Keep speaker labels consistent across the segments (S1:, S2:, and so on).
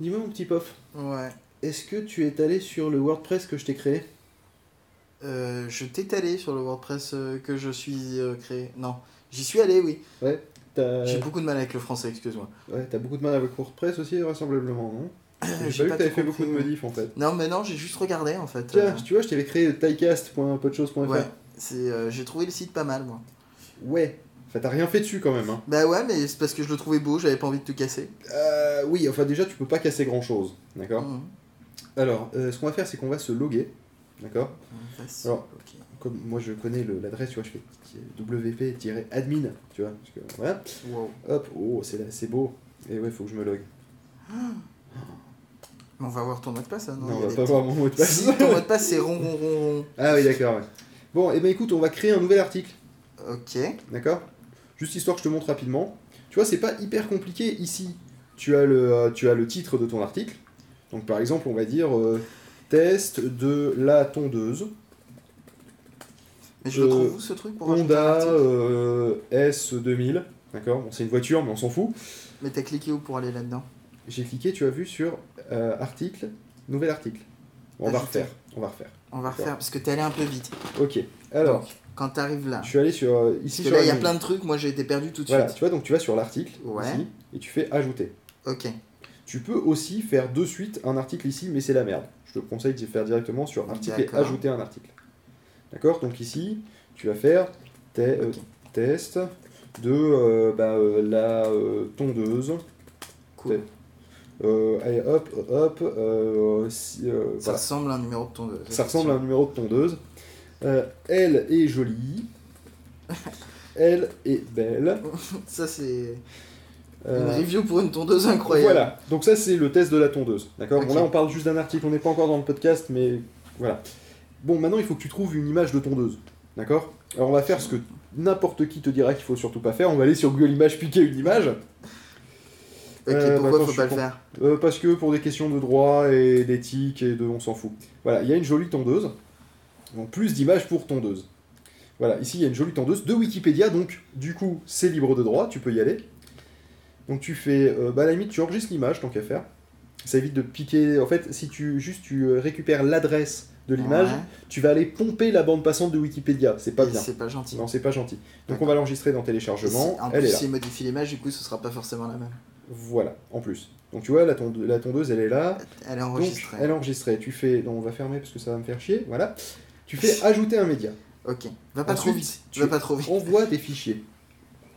S1: Dis-moi mon petit pof,
S2: Ouais.
S1: est-ce que tu es allé sur le WordPress que je t'ai créé
S2: Euh, je t'ai allé sur le WordPress euh, que je suis euh, créé. Non, j'y suis allé, oui.
S1: T'as
S2: J'ai beaucoup de mal avec le français, excuse-moi.
S1: ouais, t'as beaucoup de mal avec WordPress aussi, vraisemblablement, non J'ai
S2: Euh, J'ai
S1: pas vu
S2: pas
S1: que t'avais
S2: tout
S1: fait beaucoup de
S2: compris, ouais. Euh.
S1: modifs en fait.
S2: Non, mais non, j'ai juste regardé en fait.
S1: Tiens,
S2: Euh,
S1: tu vois, je t'avais créé tycast.podchose.fr.
S2: ouais,
S1: Ouais.
S2: c'est, euh, j'ai trouvé le site pas mal, moi.
S1: ouais. Enfin, t'as rien fait dessus quand même, hein.
S2: Bah ouais, mais c'est parce que je le trouvais beau, j'avais pas envie de te casser.
S1: Euh, oui, enfin, déjà, tu peux pas casser grand chose, d'accord
S2: Mhm.
S1: Alors, euh, ce qu'on va faire, c'est qu'on va se loguer, d'accord
S2: Ouais, c'est-
S1: Alors.
S2: Bah, ok.
S1: Comme moi, je connais le- l'adresse, tu vois, je fais wp-admin, tu vois, parce que voilà.
S2: Wow.
S1: Hop, oh, c'est là- c'est beau. Et ouais, faut que je me logue.
S2: Mais on va voir ton mot de passe, hein, non,
S1: Non, on
S2: il y a
S1: va
S2: des
S1: pas
S2: petits-
S1: voir mon mot de passe.
S2: Si, ton mot de passe c'est rond, rond, rond,
S1: ah oui, d'accord, ouais. Bon, et ben écoute, on va créer un nouvel article,
S2: rond. Ok.
S1: d'accord Juste histoire que je te montre rapidement. Tu vois, c'est pas hyper compliqué ici. Tu as le, euh, tu as le titre de ton article. Donc par exemple, on va dire euh, test de la tondeuse
S2: Mais je le
S1: Euh,
S2: trouve où ce truc pour rajouter un
S1: Honda
S2: article
S1: euh, S2000. D'accord Bon, c'est une voiture, mais on s'en fout.
S2: Mais t'as cliqué où pour aller là-dedans
S1: J'ai cliqué, tu as vu, sur euh, article, nouvel article. On va
S2: Ajouter.
S1: refaire, on va refaire.
S2: On va refaire parce que t'es allé un peu vite.
S1: Ok, alors,
S2: Donc, quand t'arrives là.
S1: je suis allé sur, euh, ici
S2: Parce que
S1: sur
S2: là,
S1: la
S2: il y a
S1: menu.
S2: plein de trucs, moi j'ai été perdu tout de
S1: Voilà,
S2: suite.
S1: tu vois, donc tu vas sur l'article,
S2: Ouais.
S1: ici, et tu fais ajouter.
S2: Ok.
S1: Tu peux aussi faire de suite un article ici, mais c'est la merde. Je te conseille de faire directement sur article et
S2: D'accord.
S1: ajouter un article. D'accord Donc ici, tu vas faire te- euh,
S2: Ok.
S1: test de euh, bah, euh, la euh, tondeuse.
S2: Cool.
S1: Euh, allez, hop, hop, euh, si- euh,
S2: Ça
S1: voilà.
S2: ressemble à un numéro de ton. de-
S1: Ça ressemble à un numéro de tondeuse. Euh, elle est jolie. elle est belle.
S2: Ça, c'est une
S1: Euh,
S2: review pour une tondeuse incroyable.
S1: voilà. Donc ça c'est le test de la tondeuse. D'accord. Bon
S2: Ok.
S1: là on parle juste d'un article, on n'est pas encore dans le podcast, mais voilà. Bon maintenant il faut que tu trouves une image de tondeuse. D'accord Alors on va faire ce que n'importe qui te dira qu'il faut surtout pas faire. On va aller sur Google Images piquer une image.
S2: Ok,
S1: Euh, bah,
S2: pourquoi
S1: attends,
S2: faut
S1: je
S2: pas le
S1: suis
S2: faire
S1: Euh, parce que pour des questions de droit et d'éthique et de on s'en fout. Voilà, il y a une jolie tondeuse. Donc plus d'images pour tondeuse. Voilà, ici il y a une jolie tondeuse de Wikipédia, donc du coup c'est libre de droit, tu peux y aller. Donc tu fais, euh, bah à la limite tu enregistres l'image tant qu'à faire. Ça évite de piquer, en fait si tu juste tu euh, récupères l'adresse de l'image,
S2: Ouais.
S1: tu vas aller pomper la bande passante de Wikipédia, c'est pas
S2: Et
S1: bien.
S2: C'est pas gentil.
S1: Non, c'est pas gentil. Donc on
S2: D'accord.
S1: va l'enregistrer dans
S2: Et si-
S1: téléchargement,
S2: en
S1: elle
S2: plus,
S1: est là.
S2: s'il modifie l'image, du coup, ce sera pas forcément la même.
S1: Voilà, en plus. Donc tu vois, la tonde- la tondeuse elle est là.
S2: Elle est
S1: Donc,
S2: enregistrée.
S1: elle est enregistrée. Tu fais, donc on va fermer parce que ça va me faire chier. Voilà. Tu fais ajouter un média.
S2: Ok. Va pas trop
S1: Ensuite,
S2: vite.
S1: tu-
S2: Va pas trop vite.
S1: Envoie des fichiers.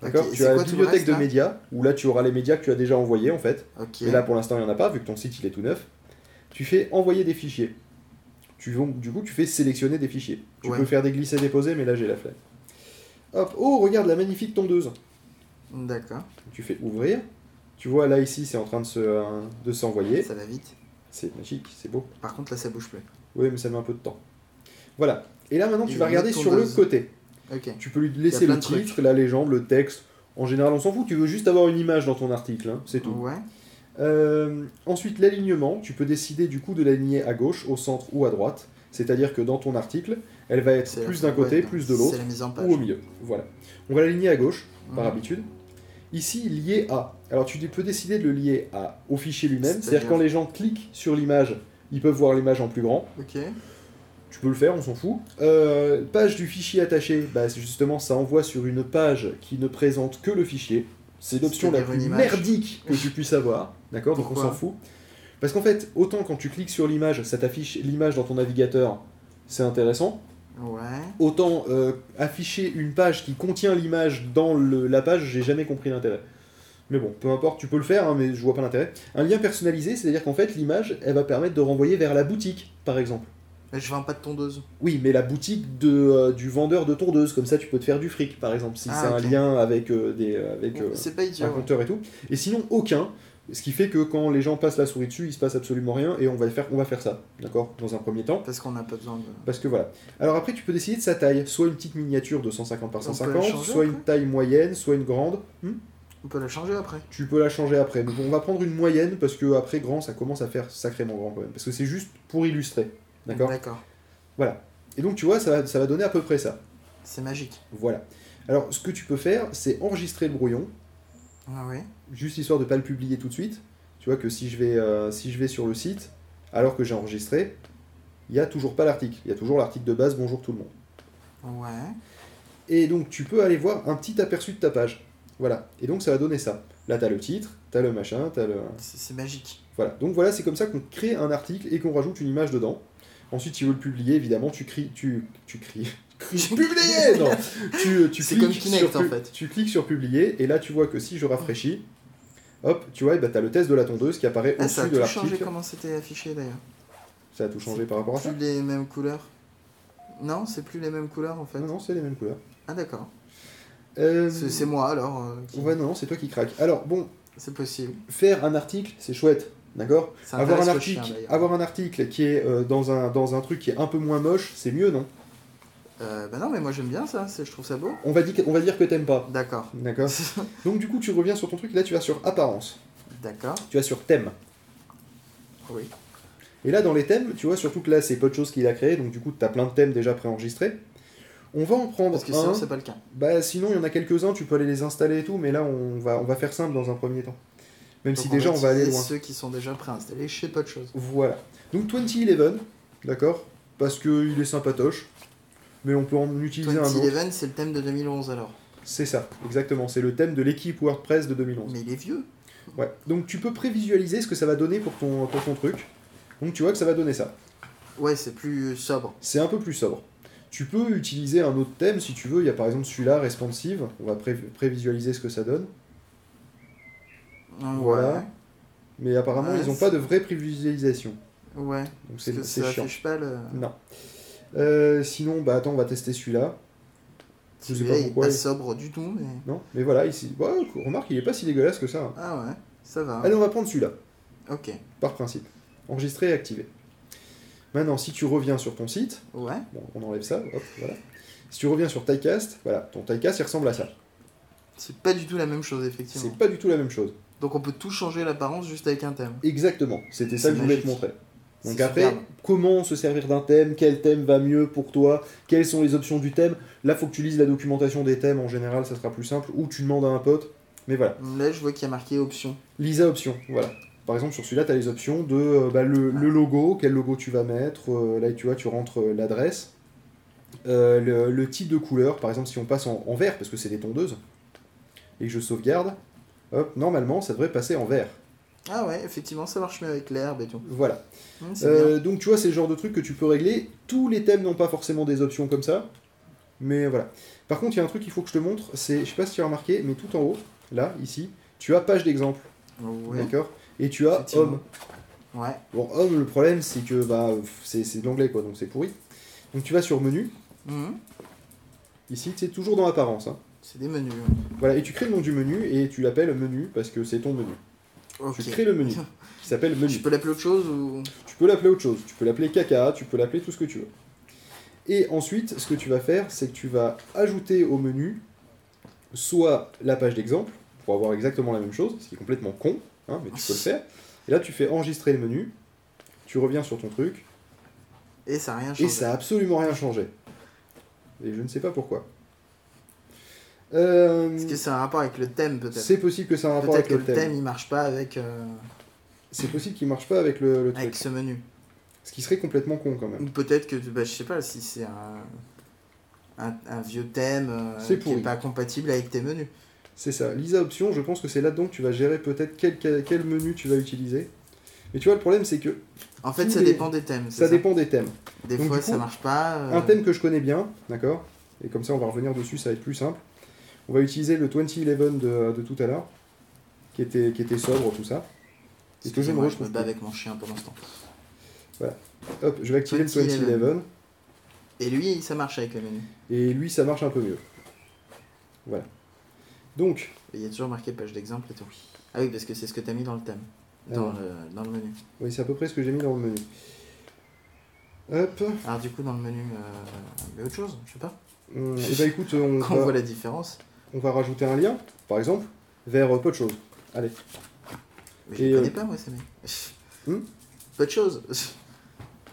S1: D'accord
S2: Ok, et
S1: Tu
S2: c'est
S1: as
S2: quoi
S1: la
S2: tout le
S1: bibliothèque
S2: reste,
S1: de
S2: là
S1: médias où là tu auras les médias que tu as déjà envoyés en fait.
S2: Ok.
S1: Mais là pour l'instant il n'y en a pas vu que ton site il est tout neuf. Tu fais envoyer des fichiers. Tu, vont- du coup tu fais sélectionner des fichiers. Tu
S2: Ouais.
S1: peux faire des glissés déposés mais là j'ai la flemme. Hop, oh regarde la magnifique tondeuse.
S2: D'accord.
S1: Tu fais ouvrir. Tu vois là ici c'est en train de se, euh, de s'envoyer.
S2: Ça va vite.
S1: C'est magique, c'est beau.
S2: Par contre, là, ça bouge plus.
S1: Oui mais ça met un peu de temps. Voilà. Et là maintenant
S2: Et
S1: tu vas
S2: une autre
S1: regarder sur le
S2: tondeuse.
S1: côté.
S2: Ok.
S1: Tu peux lui
S2: Y a
S1: laisser
S2: plein
S1: le
S2: de trucs.
S1: titre, la légende, le texte. En général, on s'en fout, tu veux juste avoir une image dans ton article, hein, c'est tout.
S2: Ouais.
S1: Euh, ensuite, l'alignement, tu peux décider du coup de l'aligner à gauche, au centre ou à droite. C'est-à-dire que dans ton article, elle va être
S2: C'est la-
S1: plus d'un côté,
S2: ouais,
S1: plus de
S2: C'est
S1: l'autre,
S2: la mise en page. Mm.
S1: ou au milieu. Voilà. On va l'aligner à gauche, par
S2: Mhm.
S1: habitude. Ici, lié à. Alors, tu peux décider de le lier à, au fichier lui-même. C'est-à-dire
S2: C'est-à-dire
S1: quand les gens cliquent sur l'image, ils peuvent voir l'image en plus grand.
S2: Ok.
S1: Tu peux le faire, on s'en fout. Euh, page du fichier attaché, bah, c'est justement, ça envoie sur une page qui ne présente que le fichier. C'est l'option la
S2: C'est-à-dire
S1: plus
S2: une image.
S1: merdique que tu puisses avoir, d'accord Donc on
S2: Pourquoi
S1: s'en fout. Parce qu'en fait, autant quand tu cliques sur l'image, ça t'affiche l'image dans ton navigateur, c'est intéressant.
S2: Ouais.
S1: Autant euh, afficher une page qui contient l'image dans le- la page, j'ai jamais compris l'intérêt. Mais bon, peu importe, tu peux le faire, hein, mais je vois pas l'intérêt. Un lien personnalisé, c'est-à-dire qu'en fait, l'image, elle va permettre de renvoyer vers la boutique, par exemple.
S2: Mais je vends pas de tondeuse.
S1: Oui, mais la boutique de, euh, du vendeur de tondeuse, comme ça tu peux te faire du fric, par exemple, si
S2: Ah,
S1: c'est
S2: ok.
S1: un lien avec, euh, des, euh, avec euh,
S2: C'est pas
S1: un
S2: idiot. ouais.
S1: compteur et tout. Et sinon, aucun. Ce qui fait que quand les gens passent la souris dessus, il se passe absolument rien et on va faire, on va faire ça, d'accord Dans un premier temps.
S2: Parce qu'on n'a pas besoin de.
S1: Parce que voilà. Alors après, tu peux décider de sa taille. Soit une petite miniature de 150 par
S2: On peut la
S1: 150,
S2: changer
S1: soit une
S2: après
S1: taille moyenne, soit une grande. Hmm
S2: On peut la changer après.
S1: tu peux la changer après. Mais bon, on va prendre une moyenne parce que après grand, ça commence à faire sacrément grand quand même. Parce que c'est juste pour illustrer, d'accord
S2: D'accord.
S1: Voilà. Et donc, tu vois, ça va, ça va donner à peu près ça.
S2: C'est magique.
S1: Voilà. Alors, ce que tu peux faire, c'est enregistrer le brouillon,
S2: Ah oui.
S1: juste histoire de pas le publier tout de suite. Tu vois que si je vais, euh, si je vais sur le site, alors que j'ai enregistré, il n'y a toujours pas l'article. Il y a toujours l'article de base Bonjour tout le monde.
S2: Ouais.
S1: Et donc, tu peux aller voir un petit aperçu de ta page. Voilà. Et donc, ça va donner ça. Là, t'as le titre, t'as le machin, t'as le.
S2: C'est c'est magique.
S1: Voilà, donc voilà, c'est comme ça qu'on crée un article et qu'on rajoute une image dedans. Ensuite, si tu veux le publier, évidemment, tu cries, tu, tu cries. Publier Non tu, tu
S2: C'est
S1: cliques
S2: comme Kinect,
S1: sur pu-
S2: en fait.
S1: Tu cliques sur publier et là tu vois que si je rafraîchis, hop, tu vois, bah, tu as le test de la tondeuse qui apparaît
S2: Ah, ça a
S1: au-dessus de
S2: tout changé
S1: l'article.
S2: comment c'était affiché d'ailleurs.
S1: Ça a tout changé par rapport à ça
S2: Plus les mêmes couleurs. Non, c'est plus les mêmes couleurs en fait.
S1: Non, non, c'est les mêmes couleurs.
S2: Ah d'accord.
S1: Euh,
S2: C'est c'est moi alors. euh, qui-
S1: Ouais, non, non, c'est toi qui craques. Alors, bon,
S2: C'est possible.
S1: faire un article, c'est chouette, d'accord
S2: Ça
S1: avoir, un
S2: intéresse le chien,
S1: article- Ah.
S2: d'ailleurs.
S1: avoir un article qui est euh, dans, un, dans un truc qui est un peu moins moche, c'est mieux, non
S2: Euh, bah non, mais moi j'aime bien ça. c'est- Je trouve ça beau.
S1: on va, dire, on va dire que t'aimes pas.
S2: D'accord.
S1: D'accord. Donc du coup, tu reviens sur ton truc. Là, tu vas sur apparence.
S2: D'accord.
S1: Tu vas sur thème.
S2: Oui.
S1: Et là, dans les thèmes, tu vois surtout que là, c'est peu de choses qu'il a créé. Donc du coup, t'as plein de thèmes déjà préenregistrés. On va en prendre
S2: Parce que
S1: un.
S2: sinon c'est pas le cas.
S1: Bah sinon, il y en a quelques-uns. Tu peux aller les installer et tout. Mais là, on va on va faire simple dans un premier temps. Même
S2: Donc,
S1: si déjà, on va aller
S2: utiliser
S1: loin.
S2: Ceux qui sont déjà préinstallés, je sais pas de choses.
S1: Voilà. Donc 2011, d'accord, parce que il est sympatoche. Mais on peut en utiliser un autre.
S2: 2011, c'est le thème de 2011 alors.
S1: C'est ça, exactement. C'est le thème de l'équipe WordPress de 2011.
S2: Mais il est vieux.
S1: Ouais. Donc tu peux prévisualiser ce que ça va donner pour ton, pour ton truc. Donc tu vois que ça va donner ça.
S2: Ouais, c'est plus euh, sobre.
S1: C'est un peu plus sobre. Tu peux utiliser un autre thème si tu veux. Il y a par exemple celui-là, responsive. On va pré- prévisualiser ce que ça donne. Voilà. Mais apparemment,
S2: Ouais,
S1: ils n'ont
S2: Ah, c'est-
S1: pas de vraie prévisualisation.
S2: Ouais. ouais.
S1: Donc
S2: Parce que
S1: c'est c'est
S2: ça
S1: chiant.
S2: affiche pas le.
S1: Non. Euh, sinon, bah attends, on va tester celui-là. Je sais pas
S2: Celui-là, il est
S1: pourquoi.
S2: pas sobre du tout, mais.
S1: Non Mais voilà, ici. Ouais, remarque, il est pas si dégueulasse que ça. hein.
S2: Ah ouais, ça va.
S1: Allez, on va prendre celui-là,
S2: Ok.
S1: par principe. Enregistrer et activer. Maintenant, si tu reviens sur ton site,
S2: Ouais.
S1: Bon, on enlève ça, hop, voilà. Si tu reviens sur Tycast, voilà, ton Tycast il ressemble à ça.
S2: C'est pas du tout la même chose, effectivement.
S1: C'est pas du tout la même chose.
S2: Donc on peut tout changer l'apparence juste avec un thème.
S1: Exactement, c'était ça que
S2: C'est
S1: je voulais te
S2: magique.
S1: montrer. Donc
S2: C'est
S1: après,
S2: superbe.
S1: comment se servir d'un thème, quel thème va mieux pour toi, quelles sont les options du thème. Là, faut que tu lises la documentation des thèmes en général, ça sera plus simple, ou tu demandes à un pote. Mais voilà,
S2: Là, je vois qu'il y a marqué option.
S1: Lisa options, voilà. Par exemple, sur celui-là, tu as les options de euh, bah, le, le logo, quel logo tu vas mettre. euh, là, tu vois, tu rentres euh, l'adresse, Euh, le, le type de couleur. Par exemple, si on passe en, en vert, parce que c'est des tondeuses, et que je sauvegarde, hop, normalement, ça devrait passer en vert.
S2: Ah ouais, effectivement, ça marche mieux avec l'herbe et tout.
S1: Voilà.
S2: Hum, c'est bien.
S1: Euh, donc, tu vois, c'est le genre de truc que tu peux régler. Tous les thèmes n'ont pas forcément des options comme ça, mais voilà. Par contre, il y a un truc qu'il faut que je te montre, c'est, je sais pas si tu as remarqué, mais tout en haut, là, ici, tu as page d'exemple,
S2: Ouais.
S1: d'accord Et tu as
S2: Effectivement.
S1: homme.
S2: Ouais.
S1: Bon, homme, le problème, c'est que bah, pff, c'est c'est de l'anglais, quoi, donc c'est pourri. Donc tu vas sur menu,
S2: Hum,
S1: ici, c'est toujours dans apparence. hein.
S2: C'est des menus.
S1: Voilà, et tu crées le nom du menu et tu l'appelles menu parce que c'est ton menu.
S2: Ok.
S1: Tu crées le menu qui s'appelle menu.
S2: Je peux l'appeler autre chose ou.
S1: Tu peux l'appeler autre chose, tu peux l'appeler caca, tu peux l'appeler tout ce que tu veux. Et ensuite, ce que tu vas faire, c'est que tu vas ajouter au menu soit la page d'exemple pour avoir exactement la même chose, ce qui est complètement con, hein, mais tu peux le faire. Et là, tu fais enregistrer le menu, tu reviens sur ton truc,
S2: Et ça a rien changé.
S1: Et ça a absolument rien changé. Et je ne sais pas pourquoi. Euh,
S2: Est-ce que c'est un rapport avec le thème peut-être
S1: c'est possible que ça ait un rapport
S2: Peut-être
S1: avec
S2: que
S1: le thème.
S2: il marche pas avec, euh,
S1: C'est possible qu'il marche pas avec le, le truc.
S2: avec ce menu.
S1: Ce qui serait complètement con quand même.
S2: Ou peut-être que, bah, je sais pas, si c'est un, un, un vieux thème euh,
S1: C'est
S2: qui
S1: pourri.
S2: est pas compatible avec tes menus.
S1: C'est ça. Lisa Options, je pense que c'est là-dedans que tu vas gérer peut-être quel, quel, quel menu tu vas utiliser. Mais tu vois, le problème, c'est que
S2: En fait,
S1: Tous
S2: ça
S1: les-
S2: dépend des thèmes. c'est
S1: ça, dépend des thèmes.
S2: Des
S1: Donc,
S2: fois,
S1: du coup,
S2: ça marche pas. euh,
S1: Un thème que je connais bien, d'accord Et comme ça, on va revenir dessus, ça va être plus simple. On va utiliser le 2011 de, de tout à l'heure, qui était, qui était sobre, tout ça. Et que je ne
S2: excusez-moi, je
S1: retrouve
S2: me bats
S1: plus.
S2: avec mon chien pour l'instant.
S1: Hop, je vais activer le
S2: 2011.
S1: 2011.
S2: Et lui, ça marche avec les menus.
S1: Et lui, ça marche un peu mieux. Voilà. Donc,
S2: Il y a toujours marqué page d'exemple et tout. Ah oui, parce que c'est ce que t'as mis dans le thème. Dans, le, dans le menu.
S1: oui, c'est à peu près ce que j'ai mis dans le menu. Hop.
S2: Alors, du coup, dans le menu, euh, mais autre chose, je sais pas.
S1: Hum, Et bah écoute, on
S2: Quand on
S1: va,
S2: voit la différence.
S1: on va rajouter un lien, par exemple, vers euh, peu de choses. Allez.
S2: Mais je
S1: Et,
S2: les connais
S1: euh,
S2: pas, moi, ces mecs.
S1: Hmm
S2: Pas de choses.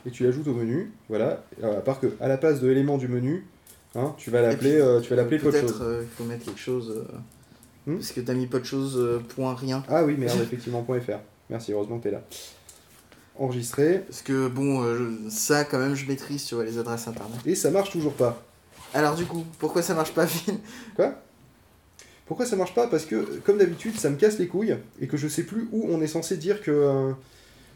S1: et tu l'ajoutes au menu. Voilà. Alors, à part que à la place de l'élément du menu, hein, tu vas l'appeler, euh, tu vas l'appeler quelque
S2: Peut-être
S1: chose.
S2: euh, il faut mettre quelque chose. euh,
S1: Hmm
S2: Parce que t'as mis pas de choses, euh, point, rien.
S1: Ah oui, merde, effectivement, point .fr. Merci, heureusement que t'es là. Enregistré.
S2: Parce que bon, euh, je- ça quand même je maîtrise, tu vois, les adresses internet.
S1: Et ça marche toujours pas.
S2: Alors du coup, pourquoi ça marche pas, Phil
S1: Pourquoi ça marche pas Parce que, comme d'habitude, ça me casse les couilles et que je sais plus où on est censé dire que, euh,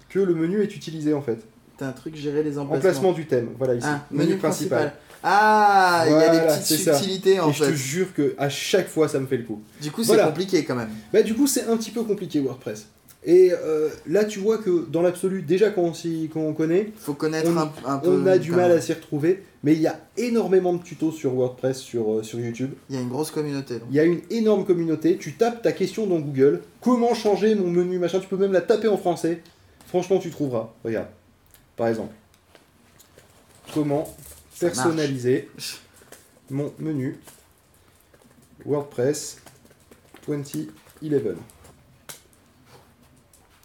S1: que le menu est utilisé en fait.
S2: T'as un truc gérer les emplacements.
S1: Emplacement du thème, voilà ici.
S2: Ah, menu, principal. Ah, il y a des
S1: Voilà,
S2: petites
S1: c'est ça.
S2: subtilités en
S1: et je te
S2: fait.
S1: jure que à chaque fois ça me fait le coup.
S2: Du coup, c'est
S1: Voilà.
S2: compliqué quand même.
S1: Bah, du coup, c'est un petit peu compliqué WordPress. Et euh, là, tu vois que dans l'absolu, déjà quand on, s'y- quand on connaît,
S2: Faut connaître
S1: On-
S2: un, un peu.
S1: on a du
S2: quand
S1: mal
S2: même.
S1: à s'y retrouver, mais il y a énormément de tutos sur WordPress, sur, euh, sur YouTube.
S2: Il y a une grosse communauté. donc.
S1: Il y a une énorme communauté. Tu tapes ta question dans Google. Comment changer mon menu, machin. Tu peux même la taper en français. Franchement, tu trouveras. Regarde. Par exemple. Comment
S2: Ça marche.
S1: personnaliser mon menu WordPress 2011.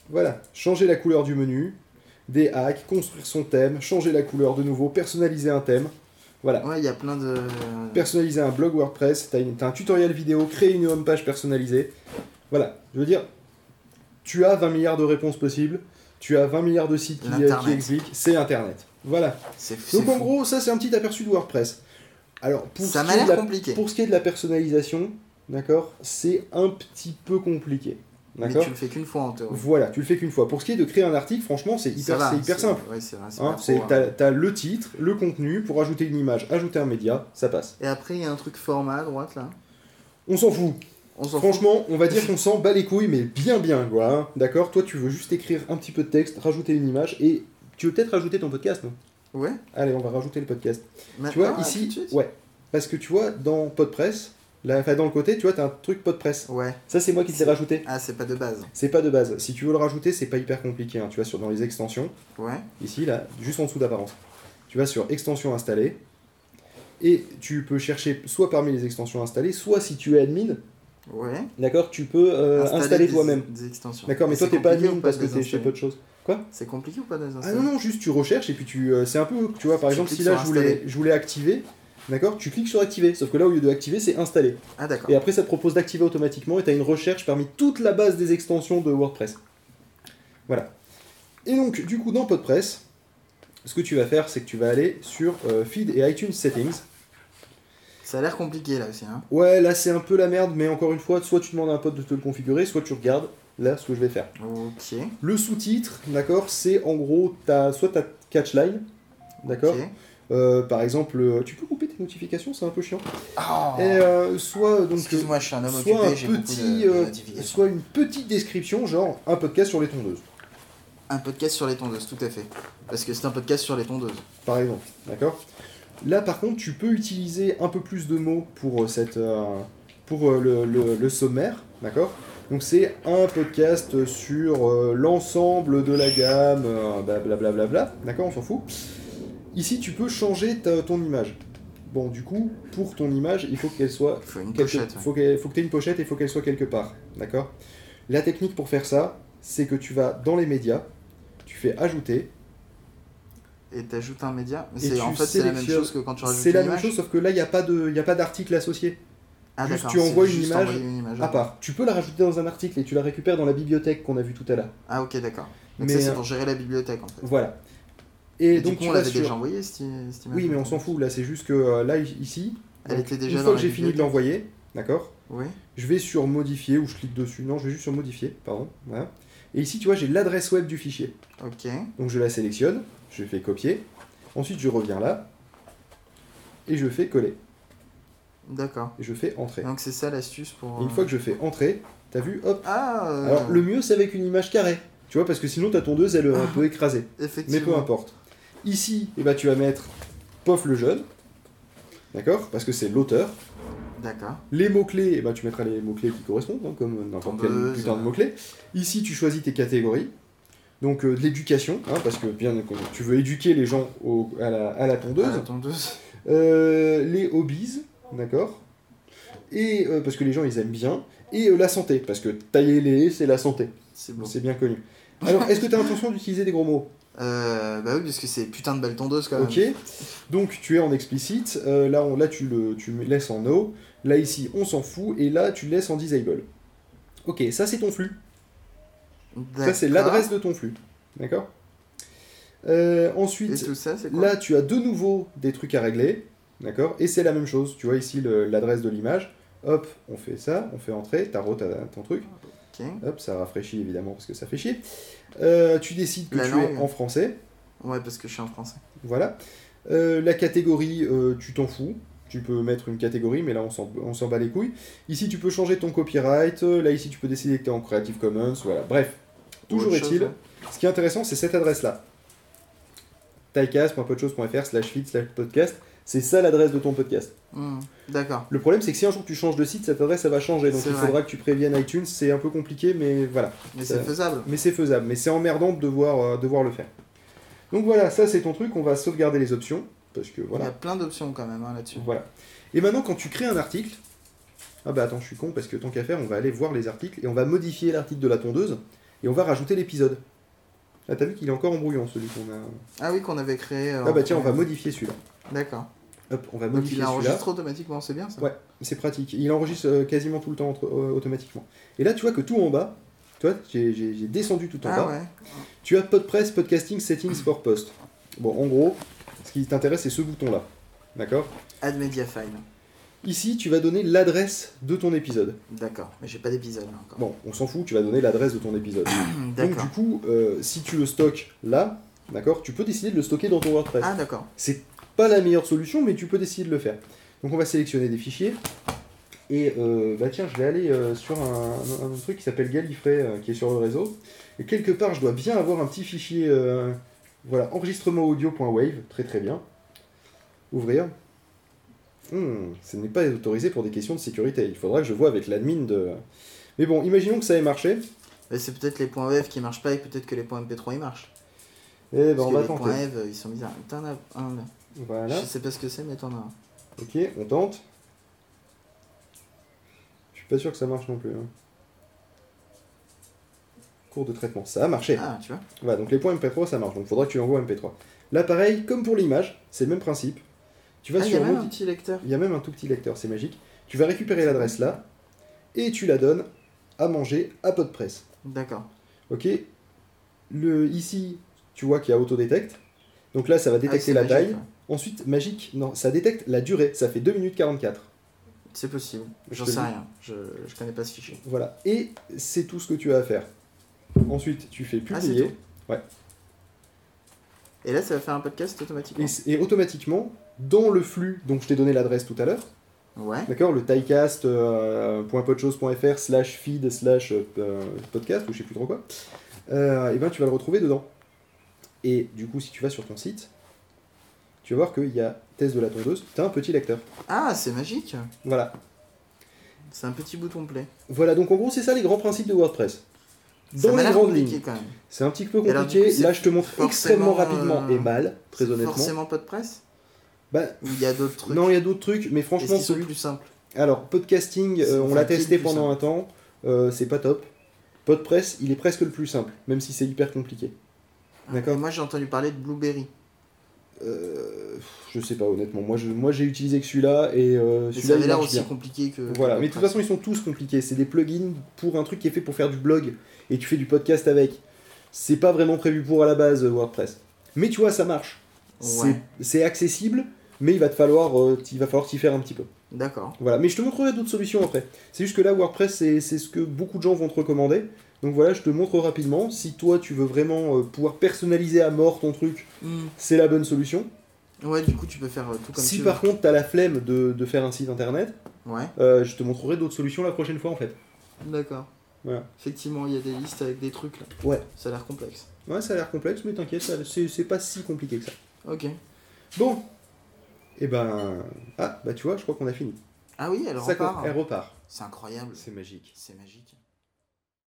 S1: Voilà. Changer la couleur du menu. Des hacks. Construire son thème. Changer la couleur de nouveau. Personnaliser un thème. Voilà.
S2: Ouais, il y a plein de.
S1: Personnaliser un blog WordPress, t'as une- t'as un tutoriel vidéo, créer une homepage personnalisée. Voilà, je veux dire, tu as 20 milliards de réponses possibles, tu as 20 milliards de sites qui,
S2: L'Internet.
S1: qui expliquent, c'est Internet. Voilà.
S2: C'est c'est
S1: Donc en
S2: fou.
S1: gros, ça c'est un petit aperçu de WordPress. Alors, pour,
S2: Ça
S1: ce
S2: m'a
S1: qui est de
S2: l'air
S1: la-
S2: compliqué.
S1: pour ce qui est de la personnalisation, d'accord, c'est un petit peu compliqué.
S2: Mais
S1: D'accord
S2: tu le fais qu'une fois en théorie.
S1: Voilà, tu le fais qu'une fois. Pour ce qui est de créer un article, franchement, c'est hyper,
S2: Ça va,
S1: c'est hyper
S2: c'est-
S1: simple.
S2: ouais, c'est vrai, c'est
S1: Hein,
S2: pas
S1: c'est-
S2: trop,
S1: t'as
S2: hein.
S1: t'as le titre, le contenu, pour ajouter une image, ajouter un média, ça passe.
S2: Et après, il y a un truc format à droite là.
S1: On s'en fout.
S2: On s'en fout.
S1: Franchement, on va dire qu'on s'en bat les couilles, mais bien bien, quoi. hein. D'accord Toi, tu veux juste écrire un petit peu de texte, rajouter une image, et tu veux peut-être rajouter ton podcast, non
S2: Ouais.
S1: Allez, on va rajouter le podcast. tu
S2: Maintenant,
S1: vois,
S2: là, Ah, tout de
S1: ici,
S2: suite
S1: ouais. Parce que tu vois, dans Podpress, là, enfin, dans le côté, tu vois, t'as un truc Podpress.
S2: Ouais.
S1: Ça, c'est moi qui te l'ai rajouté.
S2: Ah, c'est pas de base.
S1: C'est pas de base. Si tu veux le rajouter, c'est pas hyper compliqué. hein. Tu vas sur dans les extensions,
S2: Ouais.
S1: ici, là, juste en dessous d'apparence. Tu vas sur extensions installées, et tu peux chercher soit parmi les extensions installées, soit si tu es admin,
S2: Ouais.
S1: d'accord, tu peux euh, installer
S2: des-
S1: toi-même.
S2: Des extensions.
S1: D'accord, mais
S2: Et
S1: toi
S2: c'est
S1: t'es pas
S2: compliqué
S1: admin
S2: ou
S1: parce
S2: de
S1: que
S2: les
S1: t'es chez
S2: installer
S1: peu de choses.
S2: C'est compliqué ou pas de les
S1: Ah
S2: installer
S1: non, non, juste tu recherches et puis tu. euh, c'est un peu. Tu vois, par
S2: Tu
S1: exemple, si
S2: cliques
S1: là
S2: sur
S1: je voulais,
S2: installer.
S1: je voulais activer, d'accord, tu cliques sur activer. Sauf que là, au lieu de activer, c'est installer.
S2: Ah d'accord.
S1: Et après, ça te propose d'activer automatiquement et t'as une recherche parmi toute la base des extensions de WordPress. Voilà. Et donc, du coup, dans PodPress, ce que tu vas faire, c'est que tu vas aller sur euh, Feed et iTunes Settings.
S2: Ça a l'air compliqué là aussi. Hein.
S1: Ouais, là, c'est un peu la merde, mais encore une fois, soit tu demandes à un pote de te le configurer, soit tu regardes là ce que je vais faire.
S2: Ok.
S1: Le sous-titre, d'accord, c'est en gros ta, soit ta catchline, d'accord
S2: ok.
S1: Euh, Par exemple, euh, tu peux couper tes notifications, c'est un peu chiant.
S2: Oh,
S1: Et euh, soit donc euh,
S2: Excuse-moi, je suis un homme
S1: soit
S2: occupé,
S1: un
S2: j'ai beaucoup
S1: petit,
S2: de, de
S1: euh,
S2: notifications.
S1: soit une petite description, genre un podcast sur les tondeuses,
S2: Un podcast sur les tondeuses, tout à fait. Parce que c'est un podcast sur les tondeuses.
S1: par exemple, d'accord Là, par contre, tu peux utiliser un peu plus de mots pour euh, cette euh, pour euh, le, le- le sommaire, d'accord donc c'est un podcast sur euh, l'ensemble de la gamme, euh, blablabla, blablabla, d'accord, on s'en fout. Ici, tu peux changer ta- ton image. Bon, du coup, pour ton image, il faut qu'elle soit
S2: Il faut une
S1: quelque-
S2: pochette. ouais.
S1: faut qu'elle- faut que tu aies une pochette et il faut qu'elle soit quelque part. D'accord La technique pour faire ça, c'est que tu vas dans les médias, tu fais ajouter.
S2: Et t'ajoutes un média. Mais
S1: Et
S2: c'est-
S1: tu
S2: en fait, c'est la même
S1: sélectionnes-
S2: chose que quand tu rajoutes
S1: C'est la
S2: une
S1: même
S2: image.
S1: chose, sauf que là, il n'y a pas de- il y a pas d'article associé
S2: Ah,
S1: Juste,
S2: d'accord,
S1: tu
S2: c'est
S1: envoies une
S2: juste
S1: image Ah,
S2: envoyer une image
S1: à part. Tu peux la rajouter dans un article et tu la récupères dans la bibliothèque qu'on a vu tout à l'heure.
S2: Ah, ok, d'accord. Donc
S1: Mais
S2: ça, c'est
S1: euh,
S2: pour gérer la bibliothèque en fait.
S1: voilà. Et,
S2: Et
S1: donc
S2: du coup,
S1: tu
S2: on
S1: vas
S2: l'avait
S1: sur-
S2: déjà envoyé cette, cette image.
S1: Oui, mais on s'en fout. Là, c'est juste que euh, là, i- ici,
S2: Elle était déjà
S1: une
S2: dans
S1: fois
S2: la
S1: que j'ai fini de
S2: bibliothèque.
S1: l'envoyer, d'accord
S2: Oui.
S1: Je vais sur modifier ou je clique dessus. Non, je vais juste sur modifier, pardon. Voilà. Et ici, tu vois, j'ai l'adresse web du fichier.
S2: Ok.
S1: Donc je la sélectionne, je fais copier, ensuite je reviens là, et je fais coller,
S2: D'accord.
S1: et je fais entrer.
S2: Donc c'est ça l'astuce pour.
S1: Et une
S2: euh,
S1: fois que je fais entrer, t'as vu, hop.
S2: Ah. euh,
S1: Alors le mieux c'est avec une image carrée, tu vois, parce que sinon ta tondeuse elle est euh, un peu écrasée, mais peu
S2: Ah, Effectivement.
S1: importe. Ici, eh ben, tu vas mettre POF le jeune, d'accord Parce que c'est l'auteur.
S2: D'accord.
S1: Les mots-clés, eh ben, tu mettras les mots-clés qui correspondent, hein, comme n'importe quel
S2: Tondeuse,
S1: putain de
S2: euh.
S1: mots-clés. Ici, tu choisis tes catégories. Donc, euh, de l'éducation, hein, parce que bien, euh, tu veux éduquer les gens au- à, la, à la tondeuse.
S2: Ah, la tondeuse.
S1: Euh, les hobbies, d'accord Et euh, parce que les gens ils aiment bien. Et euh, la santé, parce que tailler les haies, c'est la santé.
S2: C'est bon.
S1: C'est bien connu. Alors, est-ce que tu as l'intention d'utiliser des gros mots
S2: Euh, bah oui, parce que c'est putain de belle tondeuse quand même.
S1: Ok. Donc tu es en explicite. euh, là, on, là tu le tu me laisses en no. Là ici, on s'en fout. Et là, tu le laisses en disable. Ok, ça c'est ton flux. Ça c'est
S2: D'accord.
S1: l'adresse de ton flux. D'accord Euh, Ensuite,
S2: Et tout ça, c'est quoi
S1: Là, tu as de nouveau des trucs à régler, d'accord Et c'est la même chose. Tu vois ici le- l'adresse de l'image. Hop, on fait ça, on fait entrer, t'as re- t'as- ton truc.
S2: Ok.
S1: Hop, ça rafraîchit évidemment parce que ça fait chier. Euh, tu décides que
S2: La
S1: tu es
S2: langue.
S1: en français,
S2: Ouais, parce que je suis en français.
S1: voilà. Euh, la catégorie, euh, tu t'en fous. Tu peux mettre une catégorie, mais là on s'en on s'en bat les couilles. Ici, tu peux changer ton copyright. Euh, Là, ici, tu peux décider que tu es en Creative Commons. Voilà, bref. Toujours
S2: Autre chose,
S1: est-il,
S2: ouais.
S1: ce qui est intéressant, c'est cette adresse-là. taïkas.podchose.fr slash feed slash podcast. C'est ça l'adresse de ton podcast.
S2: Hmm, D'accord.
S1: Le problème, c'est que si un jour tu changes de site, cette adresse, ça va changer. Donc
S2: C'est
S1: il
S2: vrai.
S1: faudra que tu préviennes iTunes. C'est un peu compliqué, mais voilà.
S2: Mais
S1: Ça-
S2: c'est faisable.
S1: Mais c'est faisable. Mais c'est emmerdant de devoir, euh, devoir le faire. Donc voilà, ça c'est ton truc. On va sauvegarder les options. Parce que
S2: Il y
S1: voilà.
S2: a plein d'options quand même hein, là-dessus.
S1: voilà. Et maintenant, quand tu crées un article. Ah bah attends, je suis con parce que tant qu'à faire, on va aller voir les articles et on va modifier l'article de la tondeuse et on va rajouter l'épisode. Ah, t'as vu qu'il est encore en brouillon celui qu'on a.
S2: Ah oui, qu'on avait créé. euh,
S1: Ah bah
S2: en-
S1: tiens, on va modifier celui-là.
S2: D'accord.
S1: Hop, on va
S2: Donc
S1: modifier
S2: il
S1: celui-là.
S2: enregistre automatiquement, c'est bien ça.
S1: Ouais. C'est pratique. Il enregistre euh, quasiment tout le temps entre- euh, automatiquement. Et là, tu vois que tout en bas, tu vois, j'ai- j'ai j'ai descendu tout en
S2: Ah
S1: bas.
S2: ouais.
S1: Tu as Podpress, Podcasting, Settings for Post. Bon, en gros, ce qui t'intéresse, c'est ce bouton-là. D'accord
S2: Add media file.
S1: Ici, tu vas donner l'adresse de ton épisode.
S2: D'accord. Mais j'ai pas d'épisode là encore.
S1: Bon, on s'en fout, tu vas donner l'adresse de ton épisode.
S2: Hmm,
S1: Donc,
S2: D'accord.
S1: du coup, euh, si tu le stockes là, d'accord, tu peux décider de le stocker dans ton WordPress.
S2: Ah d'accord.
S1: C'est pas la meilleure solution, mais tu peux décider de le faire. Donc on va sélectionner des fichiers. Et euh, bah tiens, je vais aller euh, sur un, un- un truc qui s'appelle Gallifrey, euh, qui est sur le réseau. Et quelque part, je dois bien avoir un petit fichier, euh, voilà, enregistrement audio.wave, très très bien. Ouvrir. Hmm, ce n'est pas autorisé pour des questions de sécurité. Il faudra que je vois avec l'admin de. Mais bon, imaginons que ça ait marché.
S2: Mais c'est peut-être les points web qui marchent pas et peut-être que les points MP3 ils marchent.
S1: Et ben
S2: Parce
S1: on
S2: que
S1: va
S2: les
S1: tenter.
S2: points web ils sont bizarres. T'en as un là.
S1: Voilà.
S2: Je sais pas ce que c'est mais t'en as un.
S1: Ok, on tente. Je suis pas sûr que ça marche non plus. hein. Cours de traitement, ça a marché.
S2: Ah tu vois.
S1: Voilà, donc les points MP3, ça marche. Donc faudra que tu l'envoies en MP3. Là, pareil, comme pour l'image, c'est le même principe. Tu vas
S2: Ah il y
S1: sur
S2: a même
S1: modi-
S2: un petit lecteur.
S1: Il y a même un tout petit lecteur, c'est magique. Tu vas récupérer l'adresse là et tu la donnes à manger à Podpress.
S2: D'accord.
S1: Ok. Le ici, tu vois qu'il y a autodetect. Donc là, ça va
S2: Ah, c'est
S1: détecter la
S2: magique,
S1: taille.
S2: ouais.
S1: Ensuite, magique, non, ça détecte la durée. Ça fait 2 minutes 44.
S2: C'est possible.
S1: Je
S2: J'en
S1: te
S2: sais
S1: le dis.
S2: rien. Je, je connais pas ce fichier.
S1: Voilà. Et c'est tout ce que tu as à faire. Ensuite, tu fais
S2: Ah,
S1: publier.
S2: c'est
S1: Ouais.
S2: Et là ça va faire un podcast automatiquement.
S1: et, c- et automatiquement, dans le flux, donc je t'ai donné l'adresse tout à l'heure,
S2: Ouais.
S1: d'accord Le euh, tiecast.podchose.fr slash feed slash euh, podcast, ou je sais plus trop quoi, et ben tu vas le retrouver dedans. Et du coup, si tu vas sur ton site, tu vas voir qu'il y a test de la tondeuse, t'as un petit lecteur.
S2: Ah c'est magique.
S1: Voilà.
S2: C'est un petit bouton play.
S1: Voilà, donc en gros, c'est ça les grands principes de WordPress.
S2: ça
S1: Dans
S2: m'a
S1: les
S2: l'air
S1: grandes
S2: compliqué,
S1: lignes.
S2: quand même.
S1: C'est un petit peu
S2: Et alors, du
S1: compliqué.
S2: coup, c'est
S1: Là, je te montre extrêmement
S2: forcément,
S1: rapidement
S2: euh,
S1: et mal, très honnêtement.
S2: Forcément pas de presse
S1: Bah,
S2: Ou il y a d'autres trucs
S1: non, il y a d'autres trucs, mais
S2: Est-ce
S1: franchement,
S2: qu'ils sont
S1: celui.
S2: plus simples
S1: Alors, podcasting, euh,
S2: C'est
S1: on l'a
S2: enfin, qui est
S1: testé
S2: le plus
S1: pendant un temps, euh, c'est pas top. Podpress, il est presque le plus simple, même si c'est hyper compliqué. D'accord.
S2: Et Moi j'ai entendu parler de Blueberry.
S1: Euh, pff, je sais pas, honnêtement. Moi, je, moi j'ai utilisé que celui-là et euh,
S2: Mais ça
S1: celui-là,
S2: avait
S1: il
S2: l'air
S1: marche
S2: aussi
S1: bien.
S2: compliqué que.
S1: Voilà,
S2: que
S1: mais de toute façon, ils sont tous compliqués. C'est des plugins pour un truc qui est fait pour faire du blog et tu fais du podcast avec. C'est pas vraiment prévu pour à la base euh, WordPress. Mais tu vois, ça marche. C'est-
S2: Ouais.
S1: C'est accessible, mais il va te falloir, euh, t- il va falloir t'y faire un petit peu.
S2: D'accord.
S1: Voilà, mais je te montrerai d'autres solutions après. C'est juste que là, WordPress, c'est c'est ce que beaucoup de gens vont te recommander. Donc voilà, je te montre rapidement. Si toi, tu veux vraiment euh, pouvoir personnaliser à mort ton truc,
S2: Hmm.
S1: c'est la bonne solution.
S2: Ouais, du coup tu peux faire euh, tout comme
S1: si
S2: tu
S1: par contre, tu as la flemme de, de faire un site internet,
S2: veux. Ouais,
S1: euh, je te montrerai d'autres solutions la prochaine fois en fait.
S2: d'accord.
S1: Voilà.
S2: Effectivement, il y a des listes avec des trucs là.
S1: Ouais.
S2: Ça a l'air complexe.
S1: Ouais, ça a l'air complexe, mais t'inquiète, ça- c'est c'est pas si compliqué que ça.
S2: Ok.
S1: Bon, et ben. Ah, bah tu vois, je crois qu'on a fini.
S2: Ah oui, elle
S1: ça,
S2: repart.
S1: Elle repart.
S2: C'est incroyable.
S1: C'est magique.
S2: C'est magique.